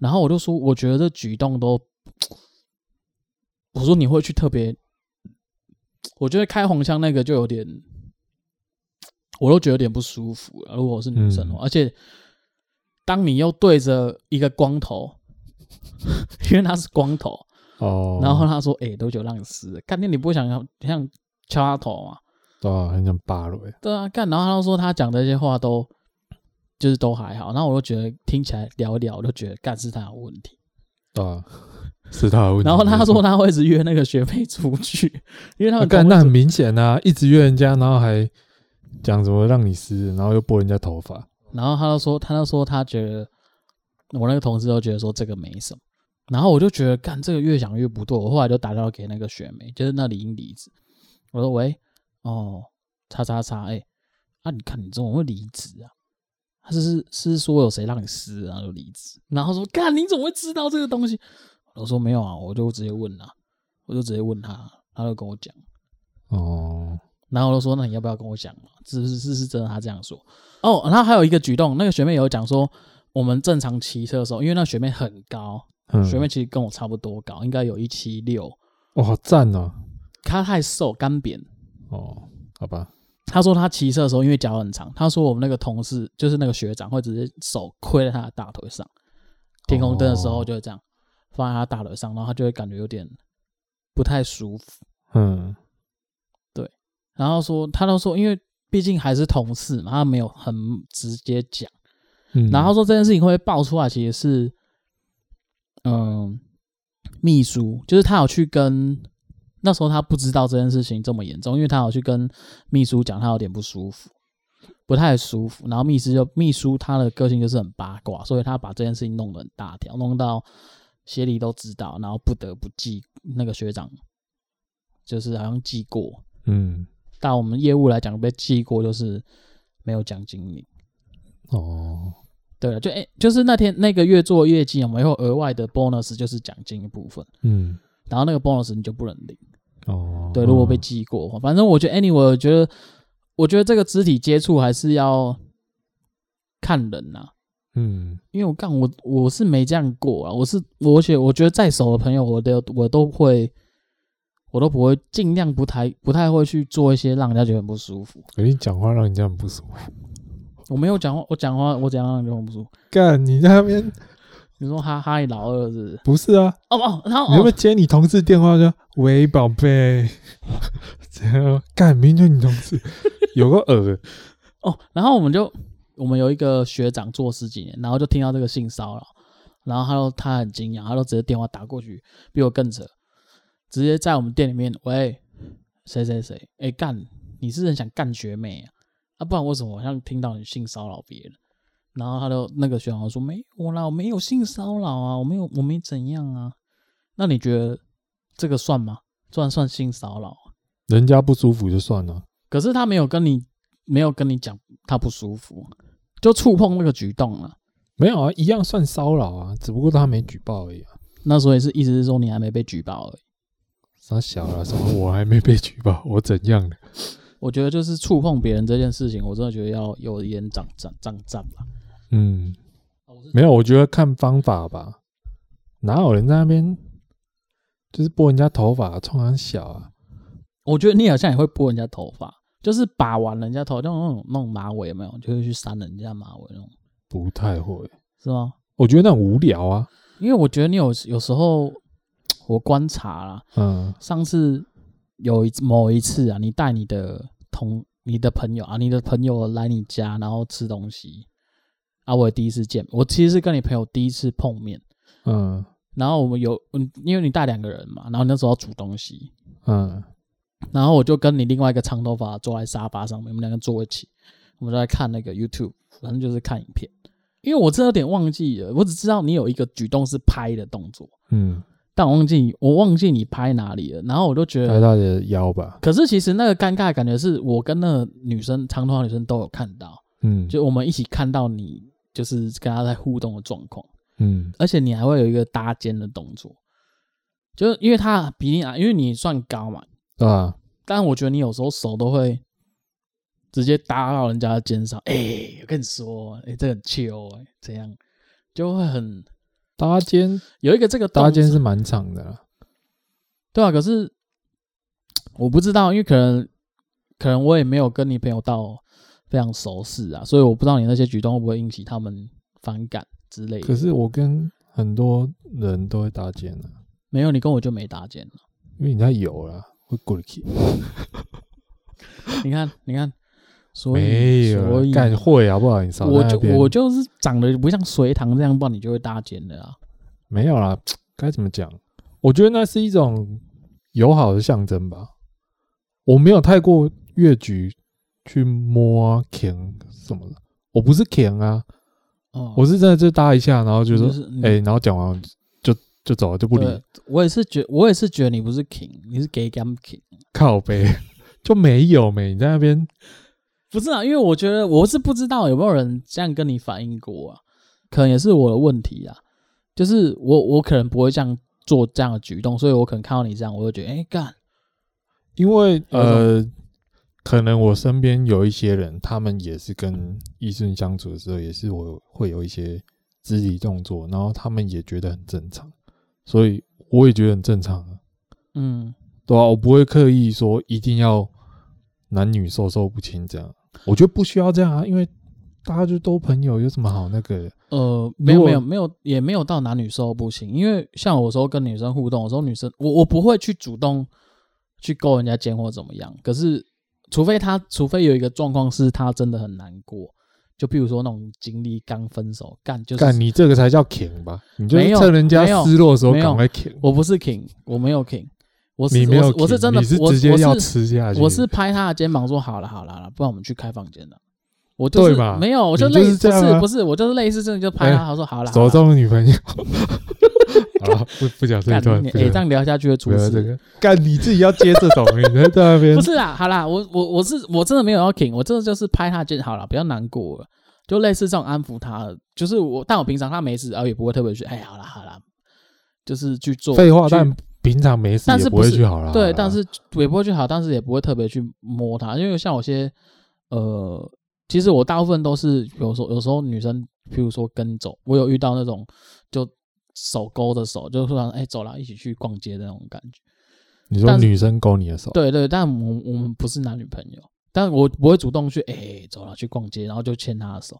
Speaker 2: 然后我就说，我觉得这举动都，我说你会去特别，我觉得开黄腔那个就有点，我都觉得有点不舒服了。如果我是女生的话，而且当你又对着一个光头， 因为他是光头，
Speaker 1: 哦，
Speaker 2: 然后他说：“哎、多久让你死了？干爹，你不会想要像敲他头吗
Speaker 1: 对啊，很想扒了欸？”
Speaker 2: 对啊，干。然后他就说他讲的这些话都就是都还好，然后我就觉得听起来聊一聊，我就觉得干是他有问题。
Speaker 1: 对啊， 是他的问题。
Speaker 2: 然后他说
Speaker 1: 他
Speaker 2: 他会一直约那个学妹出去，因为他们
Speaker 1: 干
Speaker 2: 同
Speaker 1: 那很明显啊，一直约人家，然后还讲什么让你湿，然后又拨人家头发，
Speaker 2: 然后他就说，他就说他觉得我那个同事都觉得说这个没什么，然后我就觉得干这个越想越不对，我后来就打电话给那个学妹，就是那李英离职，我说喂，哦，叉叉叉，哎、啊，你看你怎么会离职啊？他是是是说有谁让你撕，然后就离职，然后说干你怎么会知道这个东西？我说没有啊，我就直接问啊，我就直接问他，他就跟我讲。
Speaker 1: 哦，
Speaker 2: 然后我就说：“那你要不要跟我讲嘛？是不是是是真的？”他这样说。哦，然后还有一个举动，那个学妹有讲说，我们正常骑车的时候，因为那学妹很高，
Speaker 1: 嗯，
Speaker 2: 学妹其实跟我差不多高，应该有一七六。
Speaker 1: 哇，好赞哦，
Speaker 2: 她太瘦，干扁。
Speaker 1: 哦，好吧，
Speaker 2: 她说她骑车的时候，因为脚很长，她说我们那个同事就是那个学长会直接手挥在她的大腿上，天空灯的时候
Speaker 1: 哦
Speaker 2: 就会这样、放在她大腿上，然后她就会感觉有点不太舒服。
Speaker 1: 嗯
Speaker 2: 然后说她都说，因为毕竟还是同事嘛，她没有很直接讲。
Speaker 1: 嗯，
Speaker 2: 然后说这件事情会不会爆出来，其实是，嗯，秘书，就是他有去跟那时候他不知道这件事情这么严重，因为他有去跟秘书讲，他有点不舒服，不太舒服。然后秘书就秘书他的个性就是很八卦，所以他把这件事情弄得很大条，弄到协理都知道，然后不得不记那个学长，就是好像记过，
Speaker 1: 嗯，
Speaker 2: 但我们业务来讲被记过就是没有奖金领。
Speaker 1: 哦，
Speaker 2: 对了，就哎、就是那天那个月做业绩，我们会有额外的 bonus，就是奖金一部分，
Speaker 1: 嗯，
Speaker 2: 然后那个 bonus 你就不能领。
Speaker 1: 哦，
Speaker 2: 对，如果被
Speaker 1: 嗯
Speaker 2: 记过的话，反正我觉得 anyway，我觉得我觉得这个肢体接触还是要看人呐、
Speaker 1: 嗯
Speaker 2: 因为我干我我是没这样过啊，我是我而且我觉得再熟的朋友，我都我都会，我都不会尽量不太不太会去做一些让人家觉得很不舒服。
Speaker 1: 可哎你讲话让人家很不舒服。
Speaker 2: 我没有讲话，我讲话我怎样让人家很不舒服？
Speaker 1: 干，你在那边
Speaker 2: 你说哈哈你老二是不是？
Speaker 1: 不是啊？
Speaker 2: 哦哦，然后
Speaker 1: 你要不要
Speaker 2: 哦
Speaker 1: 接你同事电话说“喂，宝贝”，这样干，明明就你同事，有个耳，
Speaker 2: 哦，然后我们就我们有一个学长做十几年，然后就听到这个性骚扰，然后他都他很惊讶，他都直接电话打过去，比我更扯，直接在我们店里面喂谁谁谁，哎干，你是很想干学妹啊？啊，不然为什么好像听到你性骚扰别人？然后他就那个学长就说没有啦，我没有性骚扰啊，我没有我没怎样啊。那你觉得这个算吗？算算性骚扰啊？
Speaker 1: 人家不舒服就算了。
Speaker 2: 可是他没有跟你没有跟你讲他不舒服，就触碰那个举动了。
Speaker 1: 没有啊，一样算骚扰啊，只不过他没举报而已啊。
Speaker 2: 那所以是意思是说你还没被举报而已。
Speaker 1: 傻小了，什么我还没被举报，我怎样了？
Speaker 2: 我觉得就是触碰别人这件事情，我真的觉得要有眼长长长长了。
Speaker 1: 嗯，
Speaker 2: 哦
Speaker 1: 没有，我觉得看方法吧。哪有人在那边就是拨人家头发，冲他小啊？
Speaker 2: 我觉得你好像也会拨人家头发，就是把玩人家头，就那种那种马尾有没有，就会去扇人家马尾那种，
Speaker 1: 不太会，
Speaker 2: 是吗？
Speaker 1: 我觉得那很无聊啊。
Speaker 2: 因为我觉得你有有时候我观察啦，
Speaker 1: 嗯
Speaker 2: 上次有一次某一次啊，你带你的同你的朋友啊，你的朋友来你家，然后吃东西啊，我也第一次见，我其实是跟你朋友第一次碰面，
Speaker 1: 嗯
Speaker 2: 然后我们有嗯，因为你带两个人嘛，然后那时候要煮东西，
Speaker 1: 嗯
Speaker 2: 然后我就跟你另外一个长头发坐在沙发上面，我们两个坐一起，我们都在看那个 YouTube，反正就是看影片，因为我真的有点忘记了，我只知道你有一个举动是拍的动作，
Speaker 1: 嗯，
Speaker 2: 但我忘记我忘记你拍哪里了，然后我就觉得
Speaker 1: 拍他的腰吧。
Speaker 2: 可是其实那个尴尬的感觉是我跟那个女生，长头发女生都有看到，
Speaker 1: 嗯
Speaker 2: 就我们一起看到你就是跟她在互动的状况，
Speaker 1: 嗯
Speaker 2: 而且你还会有一个搭肩的动作，就是因为她比你矮，因为你算高嘛，
Speaker 1: 啊，
Speaker 2: 但我觉得你有时候手都会直接搭到人家的肩上，哎、我跟你说，哎、这很 chill 哎、这样就会很
Speaker 1: 搭肩
Speaker 2: 有一个这个动
Speaker 1: 搭肩
Speaker 2: 作
Speaker 1: 是蛮长的啦。
Speaker 2: 对啊，可是我不知道，因为可能可能我也没有跟你朋友到非常熟识啊，所以我不知道你那些举动会不会引起他们反感之类
Speaker 1: 可
Speaker 2: 的。
Speaker 1: 是我跟很多人都会搭肩啊，
Speaker 2: 没有，你跟我就没搭肩了。
Speaker 1: 因为你太油了，啊会过去。
Speaker 2: 你看，你看，所以
Speaker 1: 没
Speaker 2: 所
Speaker 1: 有啊
Speaker 2: 以
Speaker 1: 干会好不好？你少
Speaker 2: 我
Speaker 1: 在那
Speaker 2: 就
Speaker 1: 边
Speaker 2: 我就是长得不像隋唐这样，不然你就会搭肩的啊。
Speaker 1: 没有啦，该怎么讲？我觉得那是一种友好的象征吧。我没有太过越举去摸啊、舔什么的，我不是舔啊，
Speaker 2: 哦，
Speaker 1: 我是真的就搭一下，然后就说
Speaker 2: 就是你
Speaker 1: 哎、然后讲完就就走了，就不理
Speaker 2: 对我也是觉，我也是觉得你不是 king，你是 gay gam king。
Speaker 1: 靠背， 就没有没你在那边
Speaker 2: 不是啊，因为我觉得我是不知道有没有人这样跟你反映过啊，可能也是我的问题啊，就是我我可能不会这样做这样的举动，所以我可能看到你这样，我就觉得哎干、
Speaker 1: 因为
Speaker 2: 有一
Speaker 1: 呃，可能我身边有一些人，他们也是
Speaker 2: 嗯
Speaker 1: 跟异性相处的时候，也是我会有一些肢体动作，然后他们也觉得很正常，所以我也觉得很正常啊，
Speaker 2: 嗯，
Speaker 1: 对啊，我不会刻意说一定要男女授受不亲这样，我觉得不需要这样啊，因为大家就都朋友，有什么好那个的？
Speaker 2: 呃，没有
Speaker 1: 如果
Speaker 2: 没有没有，也没有到男女授受不亲，因为像我有时候跟女生互动，有时候女生我我不会去主动去勾人家肩或怎么样，可是除非她除非有一个状况是她真的很难过，就譬如说那种经历刚分手，干就是
Speaker 1: 干你这个才叫舔吧？你就是
Speaker 2: 没有
Speaker 1: 趁人家
Speaker 2: 没有
Speaker 1: 失落的时候
Speaker 2: 没有
Speaker 1: 赶快舔。
Speaker 2: 我不是 king，我没有 king，我是
Speaker 1: 你没有
Speaker 2: 我是我是
Speaker 1: king，
Speaker 2: 真的，
Speaker 1: 你是
Speaker 2: 我
Speaker 1: 直接要
Speaker 2: 我是
Speaker 1: 吃下去。
Speaker 2: 我是拍他的肩膀说好了好了好了，不然我们去开房间了。我就
Speaker 1: 对
Speaker 2: 是
Speaker 1: 嘛
Speaker 2: 没有，我就
Speaker 1: 你
Speaker 2: 类
Speaker 1: 就是
Speaker 2: 似
Speaker 1: 这样啊哎
Speaker 2: 不是不是，我就是类似真的就拍他，他说好了，
Speaker 1: 手
Speaker 2: 好啦
Speaker 1: 中的女 朋友。好了，不不讲这一段，
Speaker 2: 干
Speaker 1: 不
Speaker 2: 你
Speaker 1: 讲
Speaker 2: 哎，这样聊下去会出
Speaker 1: 不要
Speaker 2: 事。
Speaker 1: 啊这个，干你自己要接这种，你在 在那边
Speaker 2: 不是啦，好啦，我我我是我真的没有要 king，我真的就是拍他肩好了，不要难过了。就类似这种安抚他的，就是我，但我平常他没事，啊，也不会特别去，哎，好啦好啦，就是去做
Speaker 1: 废话，
Speaker 2: 去
Speaker 1: 但平常没事
Speaker 2: 但
Speaker 1: 也
Speaker 2: 是
Speaker 1: 不
Speaker 2: 不
Speaker 1: 会
Speaker 2: 是
Speaker 1: 去好了。
Speaker 2: 对，但是也不会去好，但是也不会特别去摸它，因为像有些呃，其实我大部分都是有时候有时候女生，譬如说跟走，我有遇到那种就手勾着手，就突然哎走了，一起去逛街的那种感觉。
Speaker 1: 你说
Speaker 2: 但是
Speaker 1: 女生勾你的手，
Speaker 2: 对对，但我我们不是男女朋友，但我不会主动去哎走了去逛街，然后就牵她的手，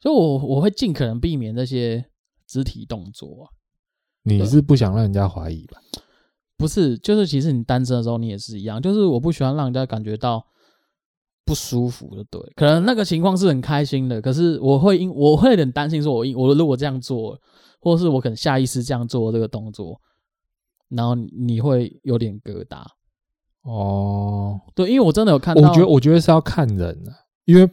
Speaker 2: 所以我我会尽可能避免这些肢体动作啊。
Speaker 1: 你是不想让人家怀疑吧？
Speaker 2: 不是，就是其实你单身的时候你也是一样，就是我不喜欢让人家感觉到不舒服，就对。可能那个情况是很开心的，可是我会因我会有点担心，说我因我如果这样做，或是我可能下意识这样做这个动作，然后你你会有点疙瘩。
Speaker 1: 哦，
Speaker 2: 对，因为我真的有看
Speaker 1: 我
Speaker 2: 到，
Speaker 1: 觉得我觉得是要看人的、啊因为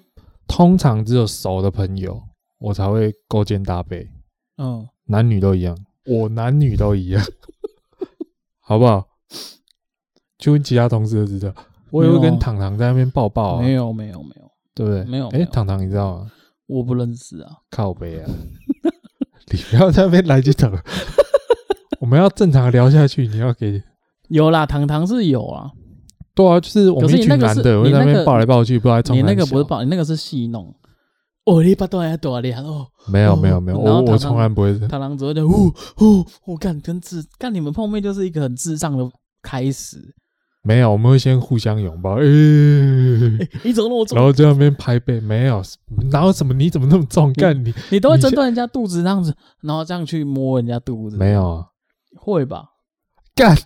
Speaker 1: 通常只有熟的朋友，我才会勾肩搭背，
Speaker 2: 嗯，
Speaker 1: 男女都一样，我男女都一样， 好不好？去问其他同事就知道。我也会
Speaker 2: 没有
Speaker 1: 跟
Speaker 2: 啊
Speaker 1: 糖糖在那边抱抱、啊
Speaker 2: 没，有没有没有，
Speaker 1: 对不对？
Speaker 2: 没有没
Speaker 1: 哎，
Speaker 2: 有
Speaker 1: 糖糖你知道吗？
Speaker 2: 我不认识啊。
Speaker 1: 靠背啊， 你不要在那边来去躺。 我们要正常地聊下去，你要给
Speaker 2: 有啦，糖糖是有啊，
Speaker 1: 对啊，就是我们
Speaker 2: 可是
Speaker 1: 一
Speaker 2: 你
Speaker 1: 群
Speaker 2: 那个
Speaker 1: 男
Speaker 2: 是
Speaker 1: 的会
Speaker 2: 你
Speaker 1: 在那
Speaker 2: 那
Speaker 1: 边
Speaker 2: 个
Speaker 1: 抱来抱去，不知道在冲
Speaker 2: 你那
Speaker 1: 哪
Speaker 2: 个不
Speaker 1: 小
Speaker 2: 是抱，你那个是戏弄。哦，你把多来多来哦。
Speaker 1: 没有没有没有，
Speaker 2: 嗯然
Speaker 1: 我
Speaker 2: 后
Speaker 1: 我
Speaker 2: 躺
Speaker 1: 从
Speaker 2: 上
Speaker 1: 来不会这样。
Speaker 2: 螳螂只会就呼呼，我干跟智干你们碰面就是一个很智障的开始。
Speaker 1: 没有，我们会先互相拥抱，诶、
Speaker 2: 哎、你怎么那么
Speaker 1: 然
Speaker 2: 重？
Speaker 1: 后在那边拍背，没有，哪有什么？你怎么那么重？干你
Speaker 2: 你都会针对人家肚子这样子，然后这样去摸人家肚子？
Speaker 1: 没有啊？
Speaker 2: 会吧？
Speaker 1: 干，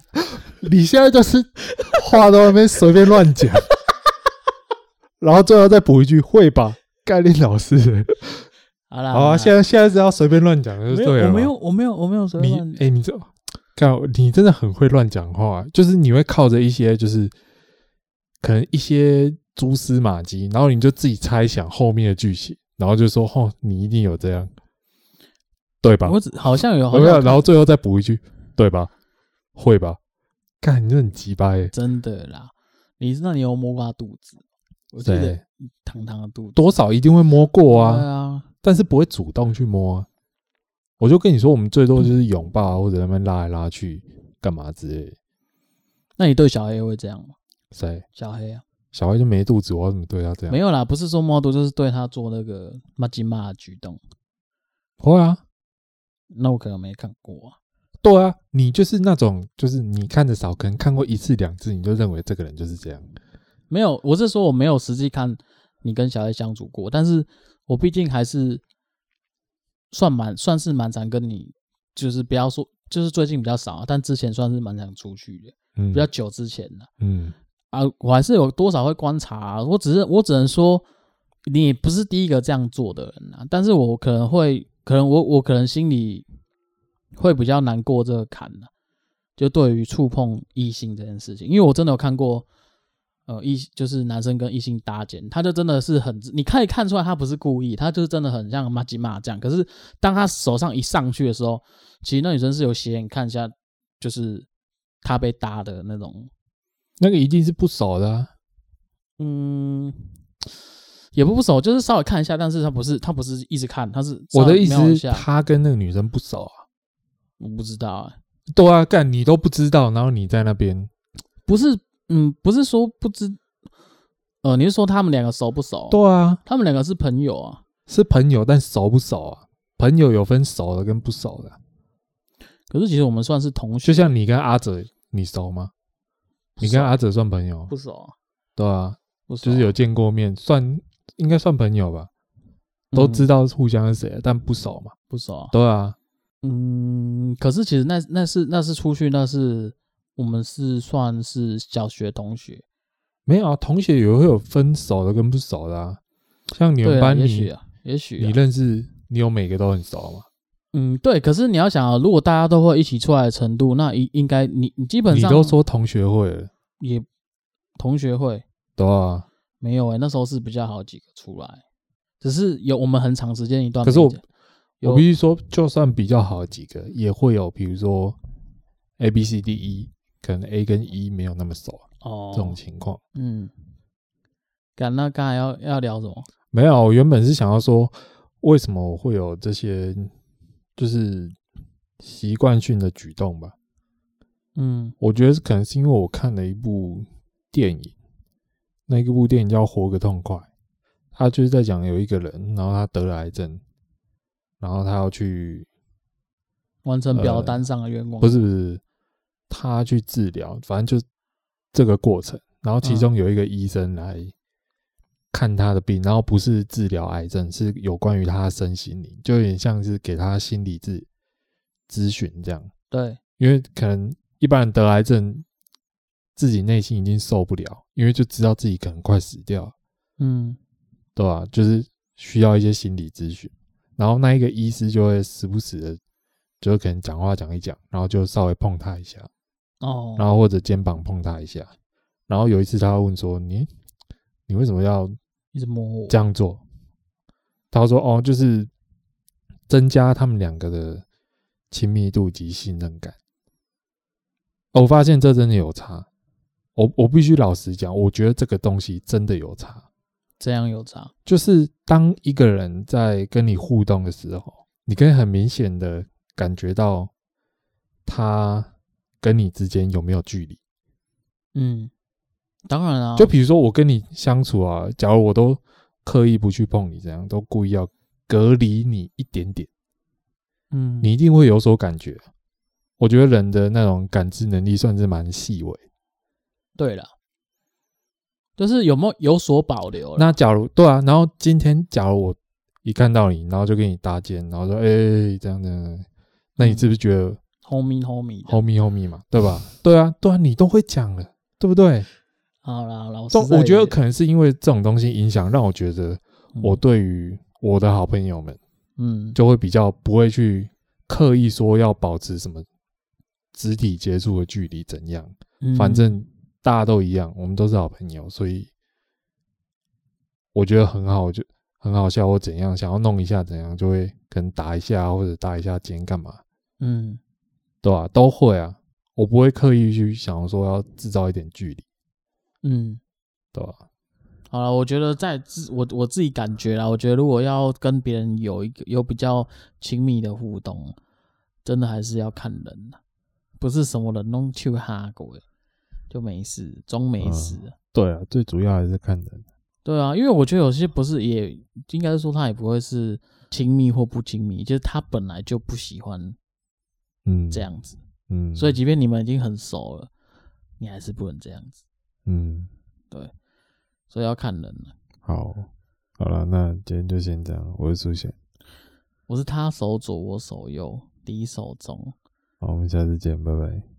Speaker 1: 你现在就是话都在那边随便乱 讲，然后最后再补一句会吧？盖林老师，
Speaker 2: 好啦，
Speaker 1: 好啊，现
Speaker 2: 在
Speaker 1: 在现在是要随便乱讲就
Speaker 2: 没
Speaker 1: 对
Speaker 2: 有，
Speaker 1: 了
Speaker 2: 我
Speaker 1: 嘛。
Speaker 2: 没有，我没有，我没有随
Speaker 1: 你
Speaker 2: 便乱
Speaker 1: 哎、你这干，你真的很会乱讲话、啊就是你会靠着一些就是可能一些蛛丝马迹，然后你就自己猜想后面的剧情，然后就说哦，你一定有这样，对吧？
Speaker 2: 我只好像有，
Speaker 1: 有
Speaker 2: 好
Speaker 1: 没
Speaker 2: 像
Speaker 1: 有？
Speaker 2: 有
Speaker 1: 然后最后再补一句，对吧？会吧？干，你这很鸡巴欸耶！
Speaker 2: 真的啦。你那你有摸过他肚子？我记得
Speaker 1: 对，
Speaker 2: 糖糖的肚子。
Speaker 1: 多少一定会摸过啊，
Speaker 2: 对啊，
Speaker 1: 但是不会主动去摸、啊。我就跟你说，我们最多就是拥抱、啊、或者在那边拉来拉去，干嘛之类的。
Speaker 2: 那你对小黑会这样吗？
Speaker 1: 谁？
Speaker 2: 小黑啊，
Speaker 1: 小孩就没肚子，我要怎么对他啊这样？
Speaker 2: 没有啦，不是说摸肚，就是对他做那个骂鸡骂的举动。
Speaker 1: 会啊，
Speaker 2: 那我可能没看过啊。
Speaker 1: 对啊，你就是那种，就是你看的少，可能看过一次两次，你就认为这个人就是这样。
Speaker 2: 没有，我是说我没有实际看你跟小黑相处过，但是我毕竟还是算蛮算是蛮常跟你，就是不要说就是最近比较少啊，但之前算是蛮常出去的，
Speaker 1: 嗯，
Speaker 2: 比较久之前的
Speaker 1: 嗯，
Speaker 2: 啊我还是有多少会观察啊、我只是我只能说你也不是第一个这样做的人啊，但是我可能会可能我我可能心里会比较难过这个坎呢、就对于触碰异性这件事情，因为我真的有看过，呃，异就是男生跟异性搭肩，他就真的是很，你可以看出来他不是故意，他就是真的很像马吉马这样。可是当他手上一上去的时候，其实那女生是有斜眼看一下，就是他被搭的那种，
Speaker 1: 那个一定是不熟的、啊，
Speaker 2: 嗯，也不不熟，就是稍微看一下，但是他不是他不是一直看，他是
Speaker 1: 我的意
Speaker 2: 稍微瞄
Speaker 1: 思
Speaker 2: 一
Speaker 1: 是
Speaker 2: 下
Speaker 1: 他跟那个女生不熟啊。
Speaker 2: 我不知道、欸，
Speaker 1: 对啊，干你都不知道，然后你在那边，
Speaker 2: 不是，嗯，不是说不知，呃，你是说他们两个熟不熟？
Speaker 1: 对啊，
Speaker 2: 他们两个是朋友啊。
Speaker 1: 是朋友，但熟不熟啊？朋友有分熟的跟不熟的啊，
Speaker 2: 可是其实我们算是同学，
Speaker 1: 就像你跟阿哲，你熟吗？你跟阿哲算朋友？
Speaker 2: 不熟啊，
Speaker 1: 对啊，
Speaker 2: 不熟啊
Speaker 1: 就是有见过面，算应该算朋友吧，都知
Speaker 2: 嗯
Speaker 1: 道互相是谁，但不熟嘛。
Speaker 2: 不熟啊。
Speaker 1: 对啊，
Speaker 2: 嗯，可是其实那那是那是出去，那是我们是算是小学同学，
Speaker 1: 没有啊，同学也会有分熟的跟不熟的啊。像你们
Speaker 2: 对啊，
Speaker 1: 班
Speaker 2: 也
Speaker 1: 你、
Speaker 2: 许啊，也许啊
Speaker 1: 你认识，你有每个都很熟吗？
Speaker 2: 嗯，对。可是你要想啊，如果大家都会一起出来的程度，那应应该你你基本
Speaker 1: 你
Speaker 2: 上
Speaker 1: 都说同学会了，
Speaker 2: 也同学会
Speaker 1: 对啊。
Speaker 2: 没有哎、那时候是比较好几个出来，只是有我们很长时间一段没
Speaker 1: 可
Speaker 2: 见。
Speaker 1: 是我
Speaker 2: 有
Speaker 1: 我必须说，就算比较好几个，也会有，比如说 A、B、C、D、E，可能 A 跟 E 没有那么熟、
Speaker 2: 哦
Speaker 1: 这种情况。
Speaker 2: 嗯，敢那刚才要要聊什么？
Speaker 1: 没有，我原本是想要说，为什么我会有这些就是习惯性的举动吧？
Speaker 2: 嗯
Speaker 1: 我觉得可能是因为我看了一部电影，那一部电影叫《活个痛快》，他就是在讲有一个人，然后他得了癌症，然后他要去，
Speaker 2: 完成表
Speaker 1: 呃
Speaker 2: 单上的愿望、
Speaker 1: 不是不是，他去治疗，反正就这个过程。然后其中有一个医生来看他的病，然后不是治疗癌症，是有关于他的身心灵，就有点像是给他心理治咨询这样。
Speaker 2: 对，
Speaker 1: 因为可能一般人得癌症，自己内心已经受不了，因为就知道自己可能快死掉了，
Speaker 2: 嗯
Speaker 1: 对吧、就是需要一些心理咨询，然后那一个医师就会时不时的，就是可能讲话讲一讲，然后就稍微碰他一下，
Speaker 2: 哦，
Speaker 1: 然后或者肩膀碰他一下，然后有一次他问说：“你你为什么要
Speaker 2: 一直摸我
Speaker 1: 这样做？”他说：“哦，就是增加他们两个的亲密度及信任感。哦”我发现这真的有差。我我必须老实讲，我觉得这个东西真的有差。
Speaker 2: 这样有差，
Speaker 1: 就是当一个人在跟你互动的时候，你可以很明显的感觉到他跟你之间有没有距离。
Speaker 2: 嗯，当然啊，
Speaker 1: 就比如说我跟你相处啊，假如我都刻意不去碰你，这样都故意要隔离你一点点，
Speaker 2: 嗯
Speaker 1: 你一定会有所感觉。我觉得人的那种感知能力算是蛮细微。
Speaker 2: 对了，就是有没有有所保留啦？
Speaker 1: 那假如对啊，然后今天假如我一看到你，然后就跟你搭肩，然后说哎、这样的，那你是不是觉得
Speaker 2: homie homie 的
Speaker 1: homie homie 嘛，对吧？对啊，对啊，你都会讲了，对不对？
Speaker 2: 好啦，老师
Speaker 1: 这，我觉得可能是因为这种东西影响，让我觉得我对于我的好朋友们。
Speaker 2: 嗯，
Speaker 1: 就会比较不会去刻意说要保持什么肢体接触的距离怎样，
Speaker 2: 嗯
Speaker 1: 反正大家都一样，我们都是好朋友，所以我觉得很好，就很好笑或怎样，想要弄一下怎样，就会可能打一下或者搭一下肩干嘛，
Speaker 2: 嗯
Speaker 1: 对吧、都会啊，我不会刻意去想说要制造一点距离，
Speaker 2: 嗯，
Speaker 1: 对吧、
Speaker 2: 好了，我觉得在自我我自己感觉啦，我觉得如果要跟别人有一个有比较亲密的互动，真的还是要看人啦不是什么人弄去哈过的就没事，终没事。
Speaker 1: 对啊，最主要还是看人。
Speaker 2: 对啊，因为我觉得有些不是也，应该是说他也不会是亲密或不亲密，就是他本来就不喜欢
Speaker 1: 嗯，
Speaker 2: 这，样子，
Speaker 1: 嗯，
Speaker 2: 所以，即便你们已经很熟了，你还是不能这样子，
Speaker 1: 嗯，
Speaker 2: 所以要看人了。
Speaker 1: 好，好了，那今天就先这样，我是苏贤。
Speaker 2: 我是他手左，我手右，敌手中。
Speaker 1: 好，我们下次见，拜拜。